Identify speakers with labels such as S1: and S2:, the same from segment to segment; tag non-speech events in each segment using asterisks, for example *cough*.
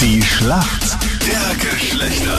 S1: Die Schlacht der Geschlechter.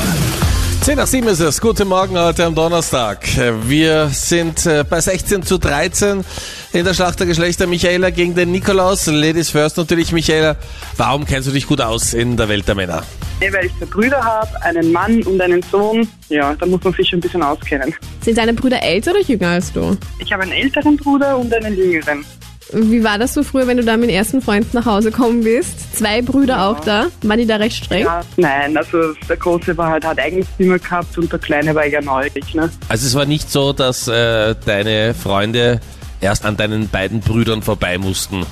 S2: 10 nach 7 ist es. Guten Morgen heute am Donnerstag. Wir sind äh, bei 16 zu 13 in der Schlacht der Geschlechter. Michaela gegen den Nikolaus. Ladies first natürlich. Michaela, warum kennst du dich gut aus in der Welt der Männer?
S3: Ja, weil ich zwei Brüder habe, einen Mann und einen Sohn. Ja, da muss man sich schon ein bisschen auskennen.
S4: Sind deine Brüder älter oder jünger als du?
S3: Ich habe einen älteren Bruder und einen jüngeren.
S4: Wie war das so früher, wenn du da mit dem ersten Freund nach Hause gekommen bist? Zwei Brüder auch da? Waren die da recht streng?
S3: Ja, nein, also der Große war halt, hat eigenes Zimmer gehabt und der Kleine war ja neu. Ne? *laughs*
S2: Also es war nicht so, dass äh, deine Freunde erst an deinen beiden Brüdern vorbei *laughs* mussten.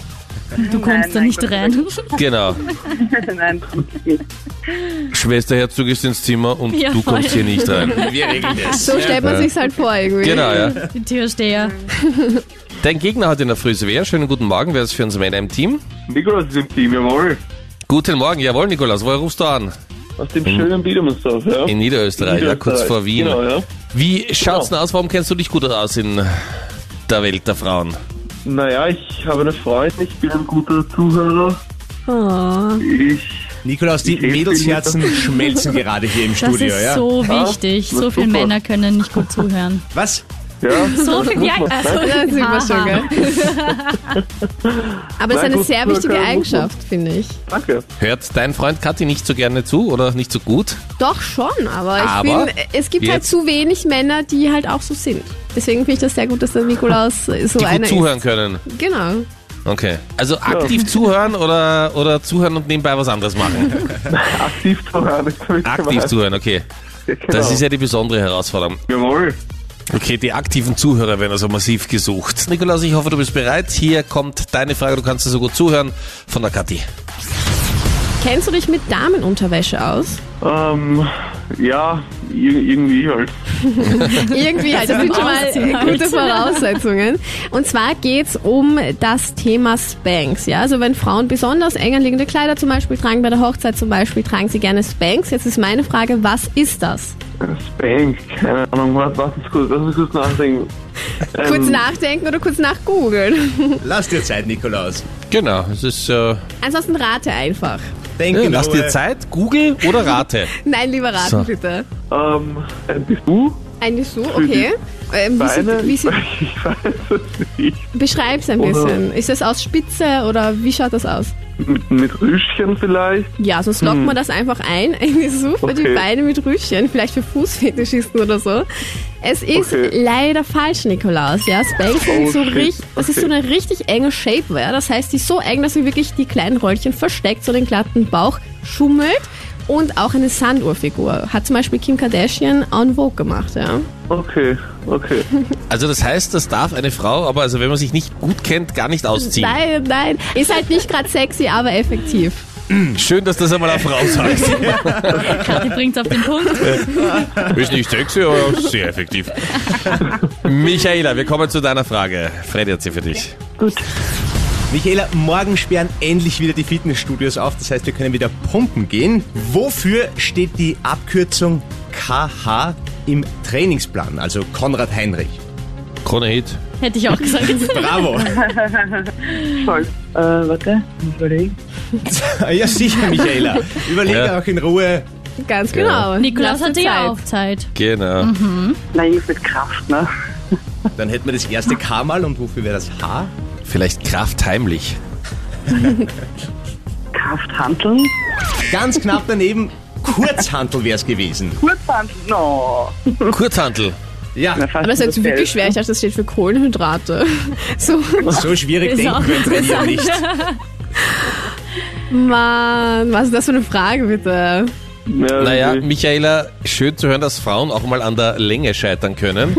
S5: Du kommst da
S3: nein,
S5: nicht
S3: Gott sei
S5: rein.
S2: Genau.
S3: nein, nicht.
S2: Schwester Herzog ist ins Zimmer und
S5: Ja,
S2: du kommst hier
S5: voll.
S2: nicht rein.
S5: *laughs*
S2: Wir regeln das.
S4: So stellt man sich's halt vor irgendwie.
S2: Genau, ja.
S5: *laughs* Die Türsteher.
S2: Dein Gegner hat in der Früh Svea. Schönen guten Morgen. Wer ist für uns Männer im Team?
S6: Nikolaus ist im Team, jawohl.
S2: Guten Morgen. Jawohl, Nikolaus. Woher rufst du an?
S6: Aus dem schönen Biedermannsdorf, ja.
S2: In Niederösterreich, ja, kurz
S6: Niederösterreich.
S2: vor Wien.
S6: Genau, ja. Genau.
S2: Wie schaut's denn aus? Warum kennst du dich gut aus in der Welt der Frauen?
S6: Naja, ich habe eine Freundin, ich bin ein guter Zuhörer.
S4: Oh.
S6: Ich,
S7: Nikolaus, die
S6: Ich-
S7: Mädelsherzen schmelzen gerade hier im
S5: Das
S7: Studio,
S5: ist
S7: ja?
S5: so
S6: Ja,
S5: wichtig.
S6: das
S5: So
S6: ist
S5: viele
S6: super.
S5: Männer können nicht gut zuhören.
S7: Was?
S6: ja.
S5: *laughs*
S2: *laughs*
S5: So viel ja, also,
S4: Da sind wir schon, gell? Aber es ist
S6: Nein,
S4: eine
S6: gut,
S4: sehr
S6: gut,
S4: wichtige
S6: gut, gut.
S4: Eigenschaft, finde ich.
S6: Danke.
S2: Hört dein Freund Kathi nicht so gerne zu oder nicht so gut?
S4: Doch schon, aber ich
S2: Aber
S4: bin, es gibt halt
S2: jetzt-
S4: zu wenig Männer, die halt auch so sind. Deswegen finde ich das sehr gut, dass der Nikolaus so
S2: Die
S4: einer
S2: gut zuhören können.
S4: ist. Genau.
S2: Okay. Also aktiv zuhören oder, oder zuhören und nebenbei was anderes
S6: *laughs*
S2: machen.
S6: Aktiv zuhören. das hab ich
S2: Aktiv
S6: gemeint.
S2: zuhören, okay.
S6: Genau.
S2: Das ist ja die besondere Herausforderung.
S6: Jawohl.
S2: Okay, die aktiven Zuhörer werden also massiv gesucht. Nikolaus, ich hoffe, du bist bereit. Hier kommt deine Frage, du kannst dir so gut zuhören, von der Kathi.
S4: Kennst du dich mit Damenunterwäsche aus?
S6: Ähm, ja, ir irgendwie halt.
S4: Irgendwie halt, das sind schon mal äh, gute Voraussetzungen. Und zwar geht's um das Thema Spanks. Ja? Also wenn Frauen besonders eng anliegende Kleider zum Beispiel tragen, bei der Hochzeit zum Beispiel tragen sie gerne Spanks. Jetzt ist meine Frage, was ist das?
S6: äh, Spank, keine Ahnung, warte, warte kurz, lass mich kurz nachdenken.
S2: *laughs*
S6: Ähm,
S4: Kurz nachdenken oder kurz nachgoogeln?
S7: Lass dir Zeit, Nikolaus.
S2: Genau, es ist. Äh,
S4: Ansonsten rate einfach.
S7: Denk
S6: Genau,
S2: ja,
S7: in
S2: lass
S7: Ruhe.
S2: dir Zeit, Google oder rate.
S4: Nein, lieber raten
S2: So.
S4: bitte.
S6: Ähm, ein Besuch,
S4: Eine so, okay. Ähm, wie
S6: Beine,
S4: sieht,
S6: *laughs*
S4: wie
S6: ich
S4: sieht,
S6: weiß ich weiß es nicht.
S4: beschreib's ein
S6: Oder-
S4: bisschen. Ist es aus Spitze oder wie schaut das aus?
S6: Mit, mit Rüschchen vielleicht?
S4: Ja, sonst lockt man das einfach ein. *laughs* Eine Suppe, die
S6: Hm. Okay.
S4: Beine mit Rüschchen, vielleicht für Fußfetischisten oder so. Es ist
S6: Okay. Oh,
S4: leider falsch, Nikolaus. Ja, Spanks sind so
S6: shit.
S4: richtig, das ist so
S6: Okay.
S4: eine richtig enge Shapewear. Das heißt, die ist so eng, dass sie wirklich die kleinen Röllchen versteckt, so den glatten Bauch schummelt. Und auch eine Sanduhrfigur. Hat zum Beispiel Kim Kardashian on Vogue gemacht, ja.
S6: Okay, okay.
S2: Also das heißt, das darf eine Frau, aber also wenn man sich nicht gut kennt, gar nicht ausziehen.
S4: Nein, nein. Ist halt nicht gerade sexy, aber effektiv.
S2: Schön, dass das einmal eine Frau sagt.
S5: Kathi bringt's auf den Punkt.
S2: ist nicht sexy, aber sehr effektiv. Michaela, wir kommen zu deiner Frage. Freddy hat sie für dich.
S7: Michaela, morgen sperren endlich wieder die Fitnessstudios auf. Das heißt, wir können wieder pumpen gehen. Wofür steht die Abkürzung KH im Trainingsplan? Also Konrad Heinrich.
S2: Krone Hit.
S5: Hätte ich auch gesagt.
S7: Bravo.
S3: Voll. Äh, warte, muss überlegen.
S7: ja, sicher, Michaela. Überlege
S2: Ja.
S7: auch in Ruhe.
S4: Ganz genau.
S5: *laughs*
S4: Lass
S5: Nikolaus
S4: dir
S5: hatte ja
S4: Zeit.
S5: auch Zeit.
S2: Genau.
S3: Na, irgendwas mit Kraft, ne?
S7: Dann hätten wir das erste K mal und wofür wäre das H?
S2: Vielleicht Kraft heimlich.
S3: Kraft handeln.
S7: Ganz knapp daneben, Kurzhantel wäre es gewesen.
S3: Kurz handeln, no.
S2: Kurzhantel.
S7: Ja,
S3: Na, fast
S4: Aber das ist jetzt
S3: dasselbe.
S4: wirklich schwer. Ich dachte, das steht für Kohlenhydrate. *laughs* So,
S7: so schwierig
S5: Ist auch
S7: denken wir im Training nicht.
S4: Mann, was ist das für eine Frage bitte?
S6: Ja,
S2: Naja,
S6: okay.
S2: Michaela, schön zu hören, dass Frauen auch mal an der Länge scheitern können.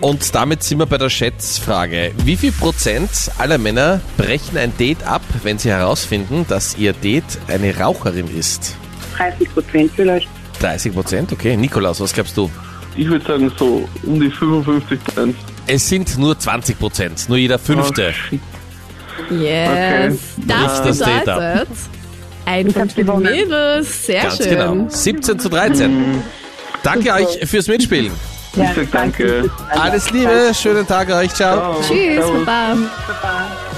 S2: Und damit sind wir bei der Schätzfrage. Wie viel Prozent aller Männer brechen ein Date ab, wenn sie herausfinden, dass ihr Date eine Raucherin ist?
S3: 30 Prozent vielleicht.
S2: 30 Prozent? Okay. Nikolaus, was glaubst du?
S6: ich würde sagen so um die 55 Cent.
S2: Es sind nur 20 Prozent, nur jeder fünfte.
S4: Yes. Das
S2: Bricht das Date
S4: bedeutet ein Punkt für die
S3: gewonnen.
S4: Mädels. Sehr
S2: Ganz
S4: schön. Mhm.
S2: genau. 17 zu 13. Danke euch fürs Mitspielen.
S3: Ja,
S6: Ich sag danke.
S2: Alles Liebe, schönen Tag euch, ciao.
S6: Ciao.
S4: Tschüss,
S6: Servus.
S4: Baba.